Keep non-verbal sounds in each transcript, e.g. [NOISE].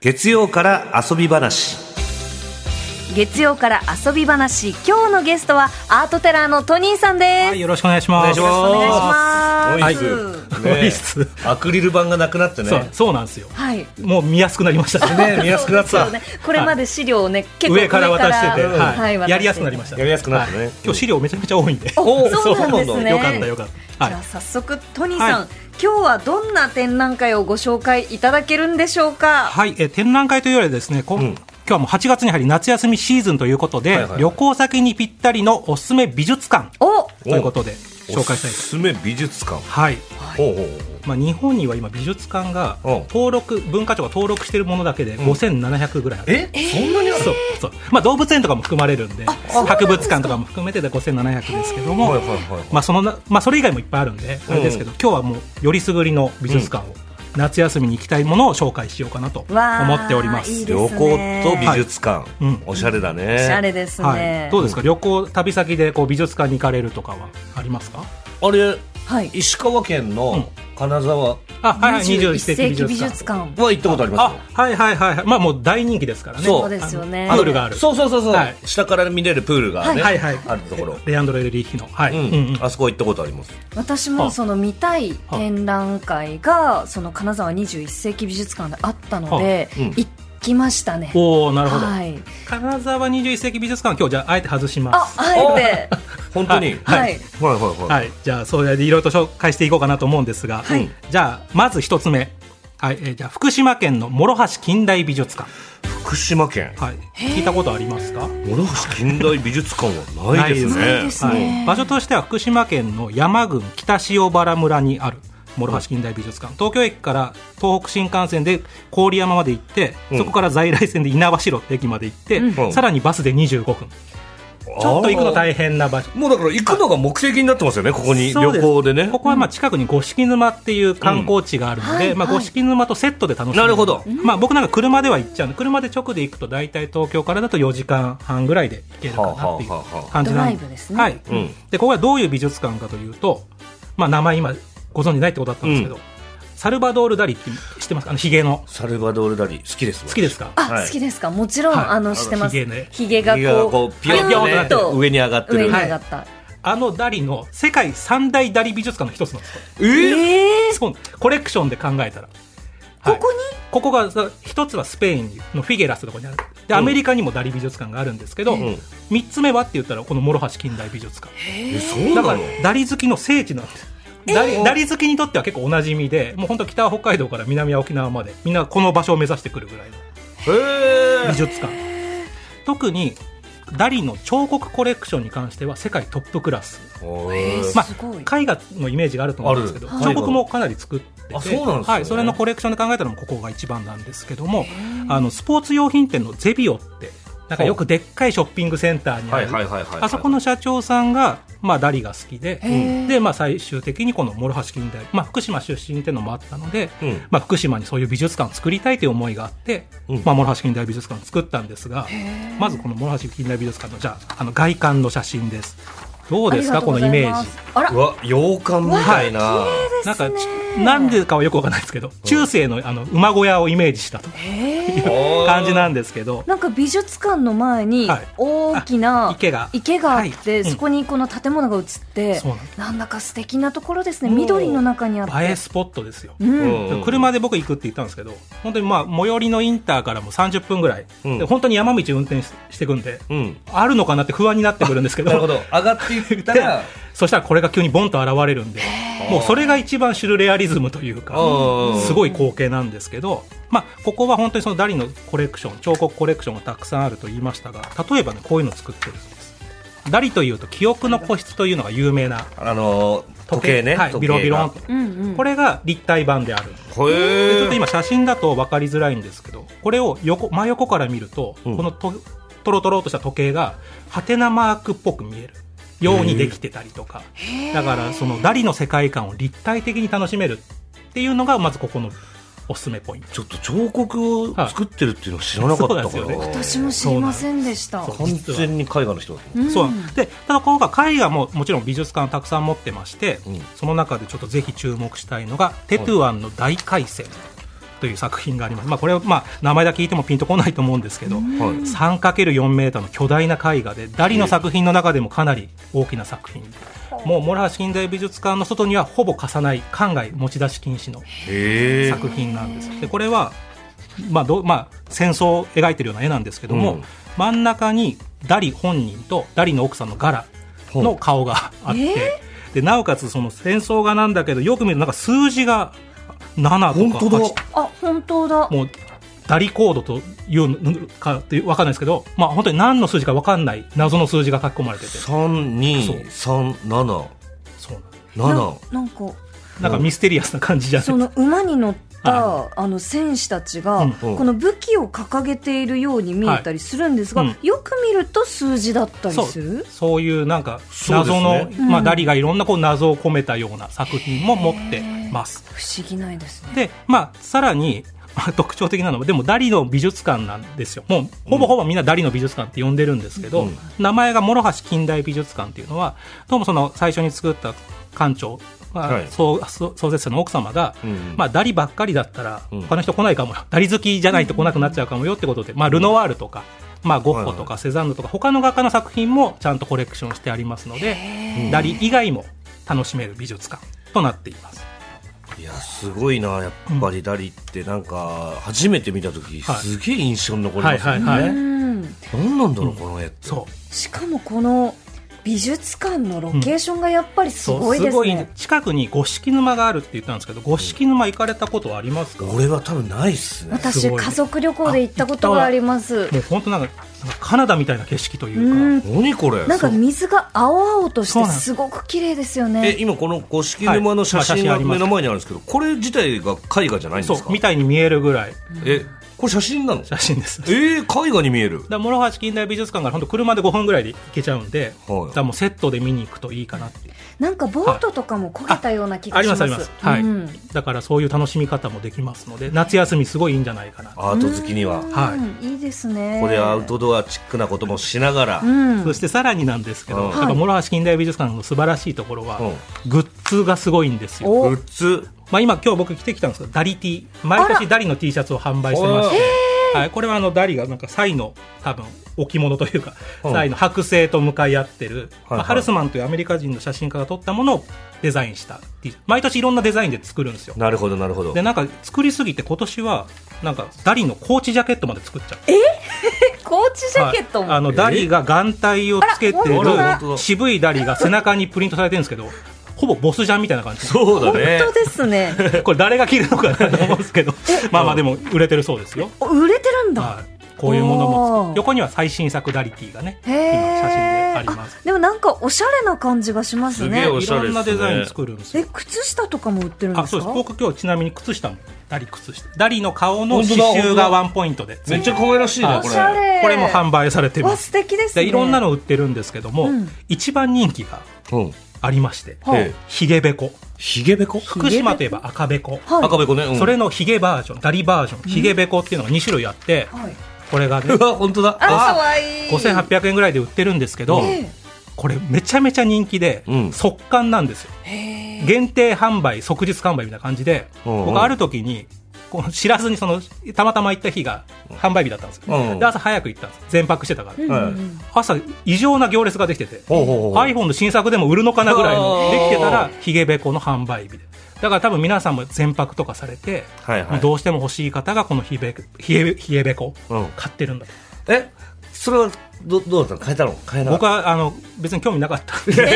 月曜から遊び話月曜から遊び話今日のゲストはアートテラーのトニーさんです、はい、よろしくお願いします。お願いしますお願いしますはい多いっすアクリル板がなくなってねそう、そうなんですよ。はいもう見やすくなりましたしね。ね見やすくなっそうた、ですよねこれまで資料をね結構上から渡してて、上からはい渡してやりやすくなりました。やりやすくなったねはい今日資料めちゃめちゃ多いんで。おそうなんですねそうよかったよかった。じゃはあい。早速トニーさん、はい今日はどんな展覧会をご紹介いただけるんでしょうかはい、えー展覧会というよりはですね、こん今日はもう8月に入り夏休みシーズンということで、はいはいはい旅行先にぴったりのおすすめ美術館おということで紹介したいおです。すすめ美術館はい。ほうほうまあ、日本には今美術館がうん登録文化庁が登録しているものだけで5700ぐらいある、えそんなにあるそうそう、まあ、動物園とかも含まれるんで博物館とかも含めてで5700ですけども、はいはいはいはいまあ、そのなまあそれ以外もいっぱいあるんであれですけど、今日はもうよりすぐりの美術館を、夏休みに行きたいものを紹介しようかなとわー思っております。いいです旅ね行と美術館、うんおしゃれだねおしゃれですね、はい、どうですか、旅行旅先でこう美術館に行かれるとかはありますかあれはい石川県の金沢あはいはい21 21世世紀紀美術美館術館は行ったことありますあはいはいはいはいまあもう大人気ですからねそうそうですよねあのプールがあるよそうそうそうそう、はい下から見れるプールがね、はいはいあるところ、レアンドロ・エルリーヒのはうい、んうんうんあそこ行ったことあります私もその見たい展覧会がその金沢21世紀美術館であったのでうん行きましたね。おおなるほど、はい。金沢21世紀美術館は今日じゃああえて外しまあ、すあえて、本当に、ははいい。はいはいはい。はいじゃあそれでいろいろと紹介していこうかなと思うんですが、はいじゃあまず一つ目はい、えーじゃあ福島県の諸橋近代美術館、福島県。はい、聞いたことありますか諸橋近代美術館はないですなねいで。すねはい、場所としては福島県の山郡北塩原村にある諸橋近代美術館東京駅から東北新幹線で郡山まで行って、うんそこから在来線で稲葉城って駅まで行って、うんさらにバスで25分ちょっと行くの大変な場所もうだから行くのが目的になってますよね、ここにそ旅うです行でね。ここはまあ近くに五色沼っていう観光地があるのうんはいで、まあはい五色沼とセットで楽しめなるほどまあ僕なんか車では行っちゃうんで、車で直で行くと大体東京からだと4時間半ぐらいで行けるかなっていうはあはあはあ感じなんドライブですねはいうん。でここはどういう美術館かというと、まあ名前今ご存知ないってことだったんですけど、サルバドールダリって知ってますかあのヒゲのサルバドールダリ好きです。好きですか？あは、い好きですか。もちろんはいあのしてまひげすね。ひげが私。がここううピヨンとピヨねンとなってる上に上がって上に上る。はいがった。あのダリの世界三大ダリ美術館の一つなんですこれ。ええ。そうコレクションで考えたら。はこいこにここがさ一つはスペインのフィゲラスとかにあるでうんアメリカにもダリ美術館があるんですけど、ん三つ目はって言ったらこの諸橋近代美術館えそうだなかのら？ダリ好きの聖地なんです、ダリダリ好きにとっては結構おなじみでもう本当北は北海道から南は沖縄までみんなこの場所を目指してくるぐらいのへ美術館特にダリの彫刻コレクションに関しては世界トップクラスえ。えーままあすごい。絵画のイメージがあると思うんですけどある彫刻もかなり作っててあそうなんですねはい、それのコレクションで考えたのもここが一番なんですけどもあのスポーツ用品店のゼビオってなんかよくでっかいショッピングセンターにはあいはいるはいはい。あそこの社長さんが、まあ、ダリが好きでへーで、まあ、最終的にこの諸橋近代、まあ、福島出身っていうのもあったので、うんまあ、福島にそういう美術館を作りたいという思いがあって、うんまあ、諸橋近代美術館を作ったんですがへーまずこの諸橋近代美術館のじゃああの外観の写真ですどうあでりすがかとうごこのざイいメまーすジ。あらう。わ洋館みたいな。なんかちねなんでかはよくわかんないですけど中世のあの馬小屋をイメージしたとへーあー感じなんですけどなんか美術館の前にはい大きな、あ池があがって、はいうんそこにこの建物が映って、そうなんでなんだか素敵なところですねもう緑の中にあって映えスポットですよ。うん、うん車で僕行くって言ったんですけど本当にまあ最寄りのインターからも30分ぐらい、うんで本当に山道運転ししていくんでうん。あるのかなって不安になってくるんですけどなるほど。上がっていった [LAUGHS] でら。そしたらこれが急にボンと現れるんでもうそれが一番シュルレアリズムというか [LAUGHS] うんすごい光景なんですけど、まあ、ここは本当にそのダリのコレクション彫刻コレクションがたくさんあると言いましたが例えばねこういうのを作ってるんですダリというと記憶の個室というのが有名なあのー時計ね。はい、ビロビロンとうんうんこれが立体版であると。へでえ。ちょっと今写真だと分かりづらいんですけどこれを横真横から見ると、うんこのととろとろっとした時計がハテナマークっぽく見えるようにできてたりとかだからそのダリの世界観を立体的に楽しめるっていうのがまずここのおすすめポイントちょっと彫刻を作ってるっていうの知らなかったから、はいそうなんで私も知りませんでしたそうなんですよ完全に絵画の人だと思うんそうでただここが絵画ももちろん美術館をたくさん持ってまして、うんその中でちょっとぜひ注目したいのがテトゥアンの大回戦、という作品があります、まあ、これはまあ名前だけ聞いてもピンとこないと思うんですけど、はい 3×4 メーターの巨大な絵画でダリの作品の中でもかなり大きな作品もうモラハ近代美術館の外にはほぼ貸さない館外持ち出し禁止のへえ作品なんです。でこれはまあどまあ、戦争を描いてるような絵なんですけども、うん真ん中にダリ本人とダリの奥さんのガラの顔があって、でなおかつその戦争画なんだけどよく見るとなんか数字が7本とか当だ8あ本当だもうダリコードというのかって分かんないですけど、まあ、本当に何の数字か分かんない謎の数字が書き込まれてて三二三七そうな七んななんかなんかミステリアスな感じじゃないその馬に乗った、はあの戦士たちが、うんうんこの武器を掲げているように見えたりするんですが、はいうんよく見ると数字だったりそうするそういうなんかそうです謎の、ねまうあ、んダリがいろんなこう謎を込めたような作品も持ってます。不思議ないですねで、まあ、さらに、まあ [LAUGHS] 特徴的なのはでもダリの美術館なんですよもうほぼほぼみんなダリの美術館って呼んでるんですけど、うん名前が諸橋近代美術館っていうのはどうもその最初に作った館長、まあはいそうそう創設者の奥様が、うんまあ、ダリばっかりだったらうん他の人来ないかもよ、ダリ好きじゃないと来なくなっちゃうかもよってことで、まあ、ルノワールとか、まあ、ゴッホとはいかセザンヌとか他の画家の作品もちゃんとコレクションしてありますので、ダリ以外も楽しめる美術館となっています。いやすごいなやっぱりダリってなんか初めて見た時はいすげえ印象に残りますよね、はいはいはうん何なんだろうこの絵ってそうしかもこの美術館のロケーションがやっぱりすそうごいですね、近くに五色沼があるって言ったんですけど五色沼行かれたことはありますか、も俺は多分ないっすねす私ごい家族旅行で行ったことがありますう本当なんかなんかカナダみたいな景色といううか、ん何これなんか水が青々としそうてなんですすごく綺麗ですよえね今この五色沼の写真がはいまあ写真あります目の前にあるんですけどこれ自体が絵画じゃないんでそすかうみたいに見えるぐらいえこれ写真なの写真ですえー、絵画に見えるだから諸橋近代美術館から本当車で5分ぐらいで行けちゃうんで、はいだからもうセットで見に行くといいかなっていうなんかボートとかも焦げたような気がしますあありますありうんだからそういう楽しみ方もできますので夏休みすごいいいんじゃないかなアート好きにははいい、いいですねこれアウトドアチックなこともしながらうんそしてさらになんですけうど、んやっぱ諸橋近代美術館の素晴らしいところは、うグッズがすごいんですよ。おグッズまあ今今日僕着てきたんですけど、ダリ T、毎あら年ダリの T シャツを販売してまして、はい、これはあのダリがなんかサイの多分置物というか、うんサイの剥製と向かい合ってる、はいまあハルスマンというアメリカ人の写真家が撮ったものをデザインした T シャツ。毎年いろんなデザインで作るんですよ。なるほどなるほどでなんか作りすぎて今年はなんかダリのコーチジャケットまで作っちゃう。コーチジャケットも、はいあのダリが眼帯をつけてるあら本当だ渋いダリが背中にプリントされてるんですけどほぼボスジャンみたいな感じそうだ本ね当ですね [LAUGHS] これ誰が着るのかなと思うんですけどまあまあでも売れてるそうですよ、お売れてるんだ、はい、こういうものもおー横には最新作ダリティがね今へえ写真でありますでもなんかおしゃれな感じがしますすげえねおいしゃれろですねんなデザイン作るんですえよ靴下とかも売ってるんあでそすうですか僕今日ちなみに靴下もダリ靴下ダリの顔の本当刺だ繍がワンポイントでめっちゃ可愛らしいねはいこおしゃれれこれも販売されてまわす素敵ですでねいろんなの売ってるんですけども、うん一番人気がうんありましてはあヒゲべこヒゲベコ福島といえば赤べこはい赤べこね、うんそれのヒゲバージョンダリバージョンヒゲべこっていうのが2種類あってはいこれがねうわ [LAUGHS] 本当だああかわいい5800円ぐらいで売ってるんですけど、えこれめちゃめちゃ人気で、うん速乾なんですよえへえ限定販売即日完売みたいな感じで、うんうん僕ある時にこう知らずにそのたまたま行った日が販売日だったんですよ、うんうんで朝早く行ったんです全泊してたから、うんうんうん朝異常な行列ができてて、ほうほうほう iPhone の新作でも売るのかなぐらいのあーできてたらヒゲべこの販売日でだから多分皆さんも全泊とかされて、はいはいどうしても欲しい方がこのヒゲヒゲヒゲべこうん買ってるんだとえそれはどどうだったの変えたの変えなかっ僕たはあの別に興味なかったんで僕は、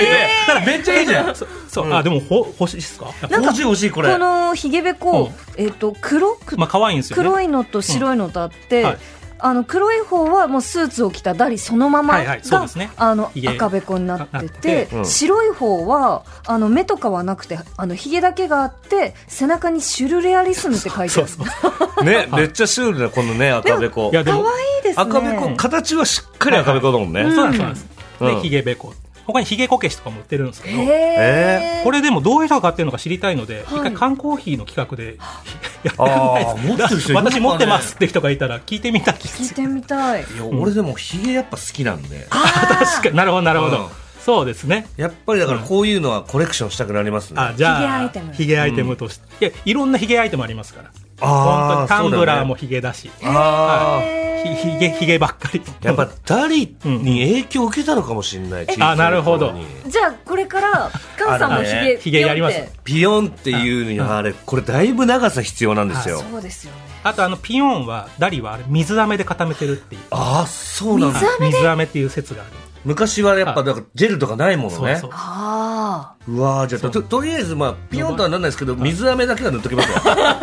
ただめっちゃいいじゃんそそう、うんあでもほ欲しいですかなんか欲しい欲しいこれこのヒゲべうこん、えっと黒く、まあ可愛いんですよね黒いのと白いのとあって、うんはいあの黒い方はもうスーツを着たダリそのままが、はいはいそうですねあのヒゲ赤べこにななっっててて、うん白い方はあの目とかはなくてあのヒゲだけがあって背中にシュルレアリスムって書いてそあうるそうねめっちゃシュールなこのね赤べこいやで可愛もいですね赤べこ形はしっかり赤べこだもんね、そうなんですそうなんです、うんでヒゲべこ他にヒゲこけしとかも売ってるんですけどへーこれでもどういう人が買ってるのか知りたいのはいで、一回缶コーヒーの企画でやってあーみた持っいですてる人いるのかね私持ってますって人がいたら聞いてみたいです聞いてみたいいや俺でもヒゲやっぱ好きなんで確かになるほどなるほど、うんそうですねやっぱりだからこういうのはコレクションしたくなりますね、あじゃあヒゲアイテムヒゲアイテムとして、いやいろんなヒゲアイテムありますから本当にタンブラーもそうヒゲだし、だねあーひひげひげばっかりやっぱダリに影響を受けたのかもしれない、小さい頃になるほどじゃあこれから菅さんもひあげれねひげやりますピピヨンっていうにはあれこれだいぶ長さ必要なんですヨンよってそうですよねあとあのピヨンはダリはあれ水飴で固めてるっていうああそうなんだ水飴で水飴っていう説がある昔はやっぱだからジェルとかないものそうねそうあうわーじゃあとととりあえずまあピヨンとはならないですけど水飴だけは塗っときますわ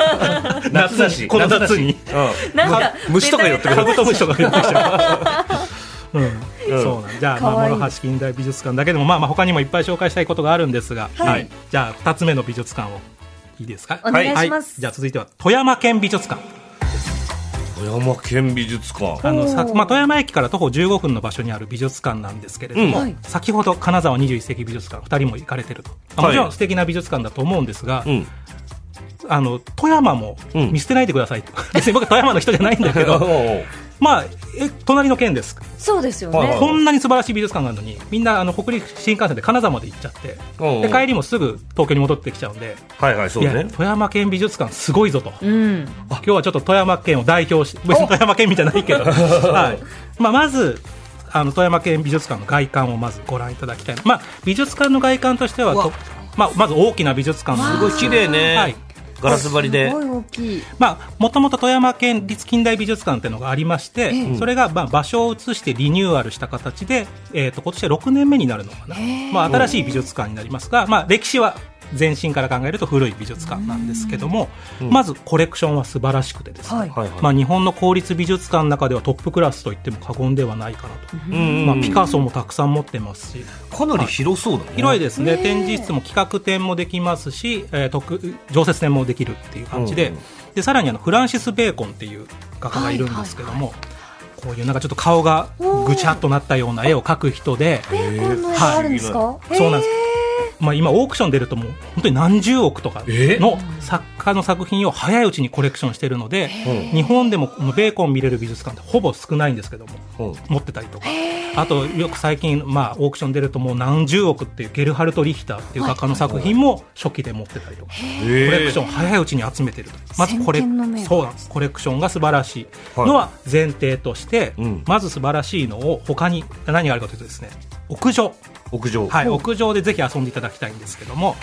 夏だしこの夏にうんあなんか虫とか寄ってくカるブトムシとか出てきちゃううん、そうなんじゃあかわいいまあ諸橋近代美術館だけでもまあまあ他にもいっぱい紹介したいことがあるんですが、はいじゃあ2つ目の美術館をいいですかお願いしますはいじゃあ続いては富山県美術館富山県美術館あのさおーまあ、富山駅から徒歩15分の場所にある美術館なんですけれども、うんはい先ほど金沢21世紀美術館2人も行かれてると、まはいあもちろん素敵な美術館だと思うんですが、うんあの富山もうん見捨てないでくださいと、 [LAUGHS] 別に僕は富山の人じゃないんだ [LAUGHS] けどまあえ隣の県ですそうですよはいはねいこんなに素晴らしい美術館があるのにみんなあの北陸新幹線で金沢まで行っちゃってうんで帰りもすぐ東京に戻ってきちゃうんではいはいそういやね富山県美術館すごいぞと。うん今日はちょっと富山県を代表して別に富山県民じゃない [LAUGHS] けど、はいまあ、まずあの富山県美術館の外観をまずご覧いただきたい、まあ、美術館の外観としてはとわまあ、まず大きな美術館すごい綺麗ね、はいガラス張りですごい大きいまあ、もともと富山県立近代美術館っていうのがありまして、ええそれがまあ場所を移してリニューアルした形で、えー、と今年は6年目になるのかな、へえまあ、新しい美術館になりますが、まあ、歴史は前身から考えると古い美術館なんですけども、うんまずコレクションは素晴らしくてですね、はいはいはいまあ、日本の公立美術館の中ではトップクラスと言っても過言ではないかなと、うんまあ、ピカソもたくさん持ってますしかなり広そうだね広いですね、ねえ展示室も企画展もできますし、えー特常設展もできるっていう感じで,、うんうんでさらにあのフランシス・ベーコンっていう画家がいるんですけども、こういうなんかちょっと顔がぐちゃっとなったような絵を描く人で、ベーコンの絵があるんですかはいそうなんですまあ、今オークション出るともう本当に何十億とかえの作家の作品を早いうちにコレクションしてるので、うん日本でもこのベーコン見れる美術館ってほぼ少ないんですけどもうん持ってたりとかあとよく最近、まあ、オークション出るともう何十億っていうゲルハルト・リヒターっていう画家の作品も初期で持ってたりとか、ココレクションを早いうちに集めてるとまずコレ先見の明そうなんですコレクションが素晴らしいのは前提として、うんまず素晴らしいのを他に何があるかというとですね屋上屋上はい、屋上でぜひ遊んでいただきたいんですけども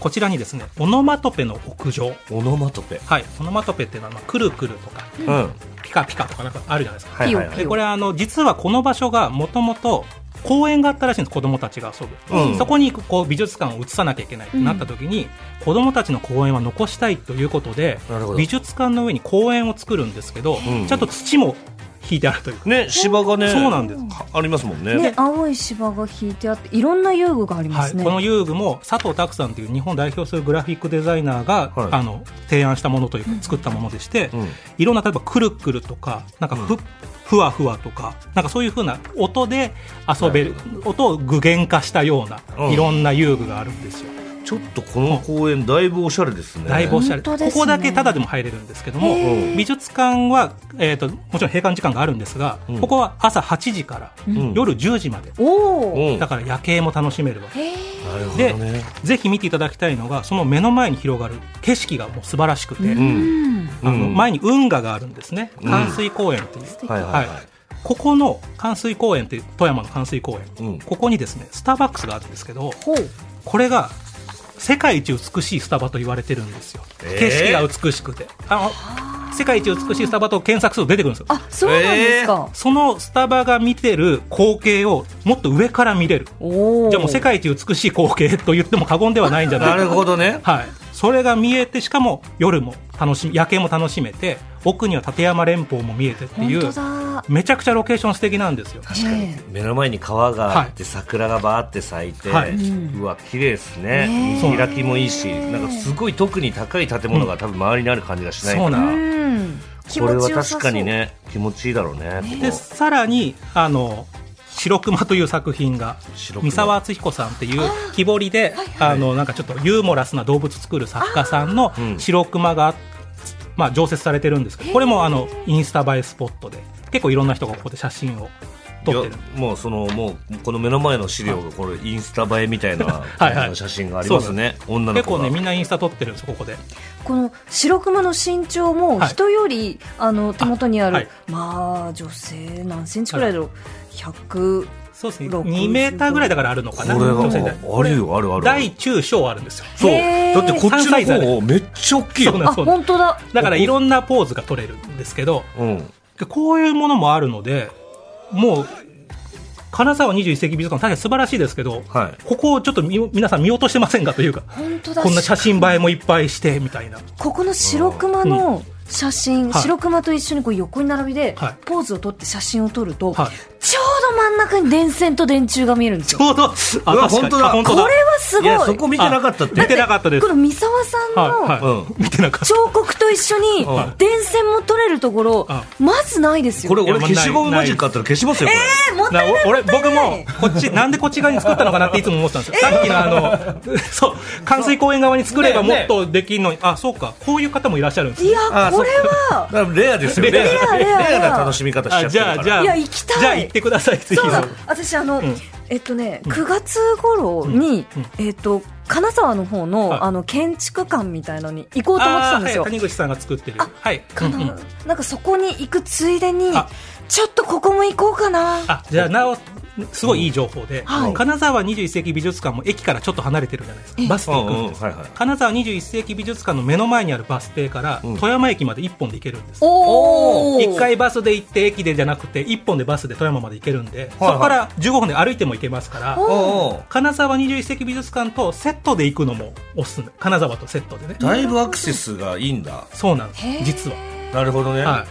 こちらにですねオノマトペの屋上オノマトペはいオノマトペっていうのはまあくるくるとかうんはいピカピカとかなんかあるじゃないですか、はいはピヨピでいヨこれあの実はこの場所がもともと公園があったらしいんです子供たちが遊ぶ、うんそこにこう美術館を移さなきゃいけないってなった時に、子供たちの公園は残したいということでなるほど美術館の上に公園を作るんですけど、うんちゃんと土も引いてあるというか、ね芝がねそうなんですはありますもんねね青い芝が引いてあっていろんな遊具がありまはい、すこねの遊具も佐藤拓さんという日本代表するグラフィックデザイナーが、はいあの提案したものというか作ったものでして、うんいろんな例えばくるくるとかなんかふ,、ふわふわとかなんかそういうふうな音で遊べる音を具現化したような、うんいろんな遊具があるんですよ。ちょっとこの公園だいぶおしゃれですねだいぶおしゃれ、本当ですこねこだけタダでも入れるんですけどもへー美術館は、えー、ともちろん閉館時間があるんですが、うんここは朝8時からうん夜10時まで、おおうんだから夜景も楽しめるわけへえなるほでどねぜひ見ていただきたいのがその目の前に広がる景色がもう素晴らしくて、うんあのうん前に運河があるんですねうん関水公園っていう、敵はいはいははいいここの関水公園って富山の関水公園、うんここにですねスターバックスがあるんですけどほうこれが世界一美しいスタバと言われてるんですよ、えー景色が美しくてあの世界一美しいスタバと検索すると出てくるんですよあそうなんですかそのスタバが見てる光景をもっと上から見れるおおじゃあもう世界一美しい光景と言っても過言ではないんじゃないなかるほどねはい、それが見えてしかも夜も楽しみ夜景も楽しめて奥には立山連峰も見えてってい本う当だめちゃくちゃロケーション素敵なんですよ確かに目の前に川があって桜がバーって咲いて、はいうわ綺麗ですねねえ開きもいいしなんかすごい特に高い建物が多分周りにある感じがしないそうかなら、んうん気これ持はちよさそう確かにね気持ちいいだろうねでさらにあの白熊という作品が白熊三沢敦彦さんっていう木彫りであのなんかちょっとユーモラスな動物作る作家さんのうん白熊が、まあ、常設されてるんですけどこれもあのインスタ映えスポットで結構いろんな人がここで写真を撮ってるいやもうそのもうこの目の前の資料がこれインスタ映えみたいな [LAUGHS] はいはい写真がありますね女の結子構がねみんなインスタ撮ってるんですここでこの白熊の身長もはい人より、あの手元にあるはいまあ女性何センチくらいだろう、100そうですね65 2メーターぐらいだからあるのかなこれが女性であるよあるある大中小あるんですよそうへーだってこっち3サイズあのる方めっちゃ大きいそようなあんです本当だだからいろんなポーズが撮れるんですけどうんでこういうものもあるのでもう金沢21世紀美術館大変素晴らしいですけどはいここをちょっと見皆さん見落としてませんかというか本当だこんな写真映えもいっぱいしてみたいなここの白熊の写真、んはい白熊と一緒にこう横に並びではいポーズを撮って写真を撮ると、はいちょうど真ん中に電線と電柱が見えるんですちよ。ょうど、あ、うわ本確か当に。だあ本こ当れだは。すいやそごこい。見てなかったって見てなかったですこ。の三沢さんはい、のはい。見てなかった。彫刻と一緒にうん電線も撮れるところあ、まずないですよ。これ俺いやまあ消しゴムマジックあったら消しますよこれえーもったいなない。お俺、僕なもい、こっち、なんでこっち側に作ったのかなっていつも思ってたんですよ。さっきのあの、そう、関水公園側に作ればもっとできるのに、あ、そうか、こういう方もいらっしゃるんですいね。や、あそこっかれは、だからレアですよレアレアレアレアな楽しみ方しちゃあ、ってじるゃからあ、じゃあ、いや行きたいじゃあ行ってください、ぜひ。そうだは、私あの、んえっとね、9月頃に、えっと、金沢の方の、はいあの、建築館みたいのに行こうと思ってたあんでー、はすい、よ。谷口さんが作ってる。あはい。かな、うんうんなんかそこに行くついでにあちょっとここも行こうかなあ、じゃあ、なお、すごいいい情報で、はい金沢21世紀美術館も駅からちょっと離れてるじゃないですか。バスでう行んくんうでんす。はいはい金沢21世紀美術館の目の前にあるバス停から、うん富山駅まで1本で行けるんですおお1回バスで行って駅でじゃなくて1本でバスで富山まで行けるんで、そこから15分で歩いても行けますからおおうおう金沢21世紀美術館とセットで行くのもおすすめ金沢とセットでねだいぶアクセスがいいんだそうなんでへーす実は、なるほどねは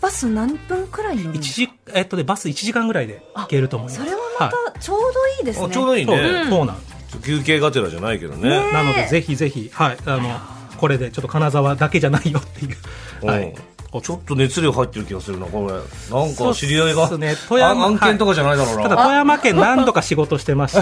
バス何分くらい乗いるの一時えっとでバス1時間ぐらいで行けると思いますそれはまはたちょうどいいですね、あちょうどいいいそうねそうなんです休憩がてらじゃないけどねねなのでぜひぜひ、はい、あのこれでちょっと金沢だけじゃないよっていう、はうんい、あちょっと熱量入ってる気がするなこれなんか知り合いそうが、っすね富山あ案件とかじゃないだろうな、ただ富山県何度か仕事してまし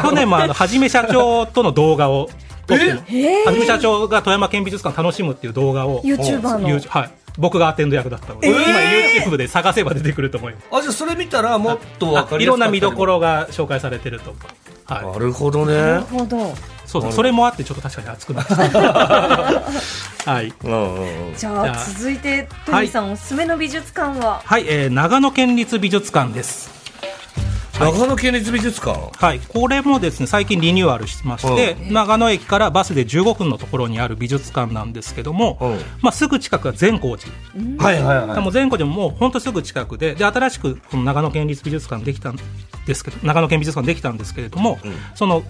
[LAUGHS] 去年もあのはじめ社長との動画を撮ってえへーはじめ社長が富山県美術館楽しむっていう動画を YouTuber の YouTube はい、僕がアテンド役だったので、えー今 YouTube で探せば出てくると思いますあじゃあそれ見たらもっと分かありいやすろかったんなり見もどころが紹介されてると思う、はいなるほどねなるほどそうなるほそどそれもあってちょっと確かに熱くなってき [LAUGHS] たはいうんうんうんじゃあじゃあ続いてトニーさん、おすすめの美術館ははい、えー長野県立美術館です長野県立美術館はい、これもですね最近リニューアルしまして、長野駅からバスで15分のところにある美術館なんですけども、うんまあ、すぐ近くは善光寺、はいはいはでも善光寺ももうほんとすぐ近くでで新しくこの長野県立美術館できたんですけど長野県美術館できたんですけれども、うんその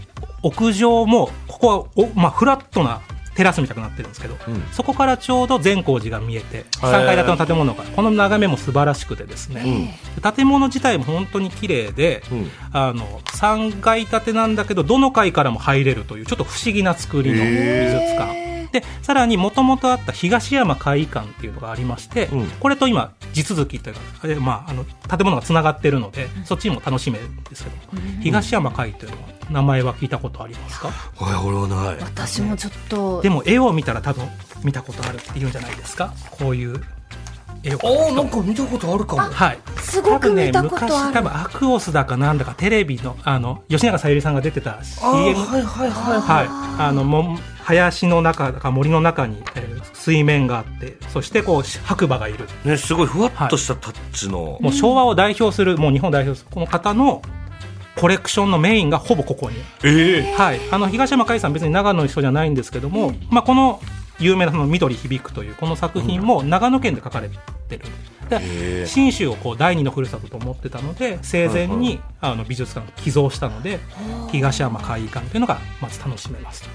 屋上もここはお、まあ、フラットなテラスみたくなってるんですけど、うんそこからちょうど善光寺が見えて3階建ての建物がこの眺めも素晴らしくてですね、建物自体も本当に綺麗で、うんあの3階建てなんだけどどの階からも入れるというちょっと不思議な作りの美術館でさらにもともとあった東山会館っていうのがありまして、うんこれと今地続きというか、えまあ、あの建物がつながってるのでそっちも楽しめるんですけど、東山会というのは名前は聞いたことありますかいや俺はない私もちょっとでも絵を見たら多分見たことあるっていうんじゃないですかこういう絵をあーなんか見たことあるかもはい、すごく見たことある多分ね昔多分アクオスだかなんだかテレビのあの吉永小百合さんが出てた CM あーはいはいはいははい、あのも林の中だか森の中に、えー水面があってそしてこう白馬がいるいねすごいふわっとしたタッチの、もう昭和を代表するもう日本を代表するこの方のコレクションのメインがほぼここにええはい、あの東山海さん別に長野の人じゃないんですけども、まあ、この有名なその緑響くというこの作品も長野県で書かれてる。へえで信州をこう第二のふるさとと思ってたので生前はいはにあの美術館に寄贈したので東山会館というのがまず楽しめます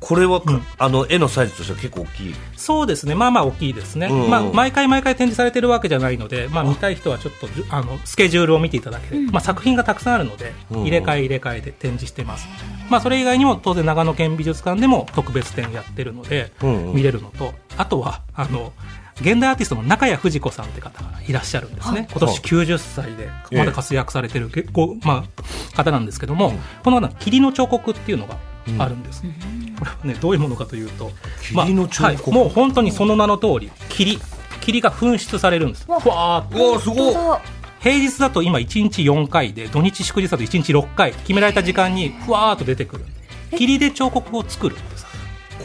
これは、うんあの絵のサイズとしては結構大きいそうですねまあまあ大きいですね、うんうんまあ、毎回毎回展示されてるわけじゃないので、まあ、見たい人はちょっとじゅあのスケジュールを見ていただけで、まあ、作品がたくさんあるのでうんうん入れ替え入れ替えで展示してます、まあ、それ以外にも当然長野県美術館でも特別展やってるのでうんうん見れるのとあとはあの現代アーティストの中谷藤子さんって方がいらっしゃるんですね、今年90歳でええまだ活躍されてる結構、まあ、方なんですけども、この方の霧の彫刻っていうのがあるんです、これはねどういうものかというと霧の彫刻まあはいもう本当にその名の通り霧霧が噴出されるんですわふわーっうわすごい本当だ平日だと今1日4回で土日祝日だと1日6回決められた時間にふわーっと出てくる霧で彫刻を作るってさ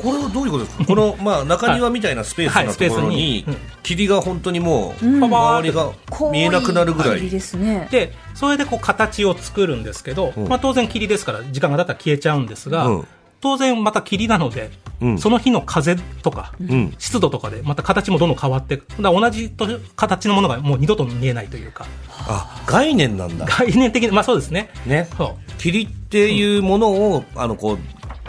これはどういうことですかこの、まあ、中庭みたいなスペースはいはないスペーとスころににうん霧が本当にもううん周りが濃い見えなくなるぐら霧いですねでそれでこう形を作るんですけど、うんまあ、当然霧ですから時間が経ったら消えちゃうんですが、うん当然また霧なので、うんその日の風とか、うん湿度とかでまた形もどんどん変わっていくだから同じと形のものがもう二度と見えないというかあ概念なんだ概念的にまあそうですねねそ霧っていうものを、あのこう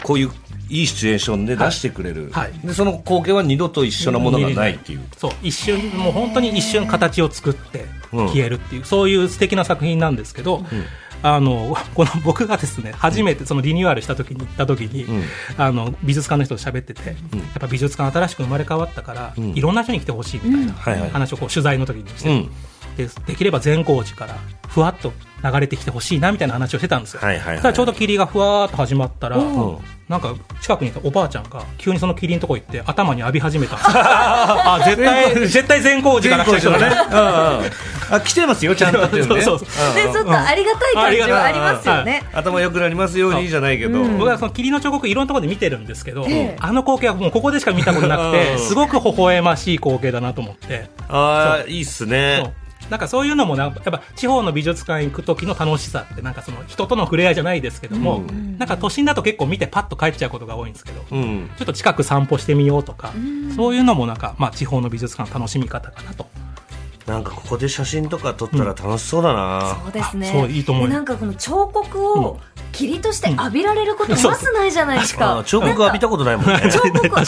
こういういいシチュエーションで出してくれる、はいでその光景は二度と一緒なものがないっていう、うそう一瞬もう本当に一瞬形を作ってうん消えるっていう、そういう素敵な作品なんですけど、あのこの僕がですね初めてそのリニューアルした時に行った時に、んあの美術館の人と喋ってて、うんやっぱ美術館新しく生まれ変わったから、うんいろんな人に来てほしいみたいなはいはい話をこう取材の時にしてうて、んでできれば善光寺からふわっと流れてきてほしいなみたいな話をしてたんですよ、はいはいはいそしたらちょうど霧がふわーっと始まったら、んなんか近くにいたおばあちゃんが急にその霧のとこ行って頭に浴び始めたん [LAUGHS] ですよあ絶対絶対善光寺から来た人だうんねうんあ来てますよちゃんとっていうねそうそううんでちょっとありがたい感じはありますよね頭良くなりますようにじゃないけど、うん僕はその霧の彫刻いろんなところで見てるんですけど、ええあの光景はもうここでしか見たことなくうてんすごく微笑ましい光景だなと思ってああいいっすそうねなんかそういうのもなんかやっぱ地方の美術館行く時の楽しさってなんかその人との触れ合いじゃないですけども、うなんか都心だと結構見てパッと帰っちゃうことが多いんですけど、ちょうんっと近く散歩してみようとか、んそういうのもなんか、まあ、地方の美術館の楽しみ方かなと。なんかここで写真とか撮ったら楽しそうだな、そうですねあそういいと思うよでなんかこの彫刻うをん霧として浴びられることまずないじゃないですあかー彫刻浴びたことないもんね彫刻浴び [LAUGHS] てみ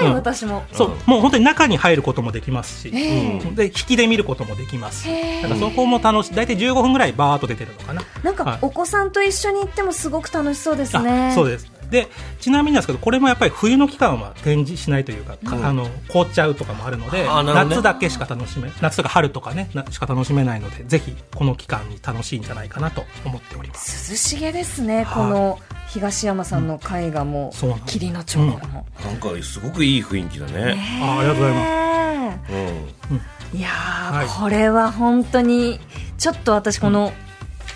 たい、うん私もそう、もう本当に中に入ることもできますし、ええで引きで見ることもできますへえし、なんかそこも楽しい、大体15分ぐらいバーっと出てるのかな。なんはかいお子さんと一緒に行ってもすごく楽しそうですねあそうですでちなみになんですけどこれもやっぱり冬の期間は展示しないというか、かあの凍っちゃうとかもあるのであなるほどね夏だけしか楽しめ夏とか春とかねなしか楽しめないのでぜひこの期間に楽しいんじゃないかなと思っております涼しげですねはいこの東山さんの絵画もそうなんです霧の彫刻も、なんかすごくいい雰囲気だね、あありがとうございますねうえいやー、はいこれは本当にちょっと私この、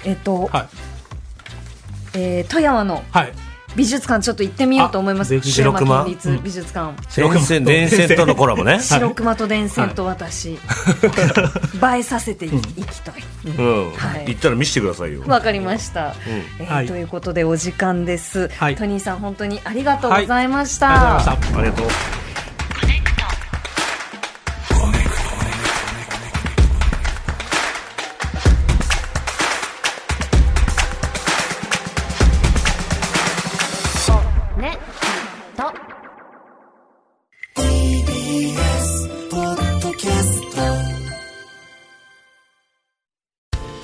えっと、はいえー富山のはい美術館ちょっと行ってみようと思いまあぜすひ富山白熊県立美術館、ん電線電線とのコラボ [LAUGHS] ね、白熊と電線と私、 [LAUGHS] 映えさせていき,、たいうんはい行ったら見せてくださいよわかりました、うえーはいということでお時間です、はいトニーさん本当にありがとうございました、ありがとうございましたありがとうねとポッドキャスト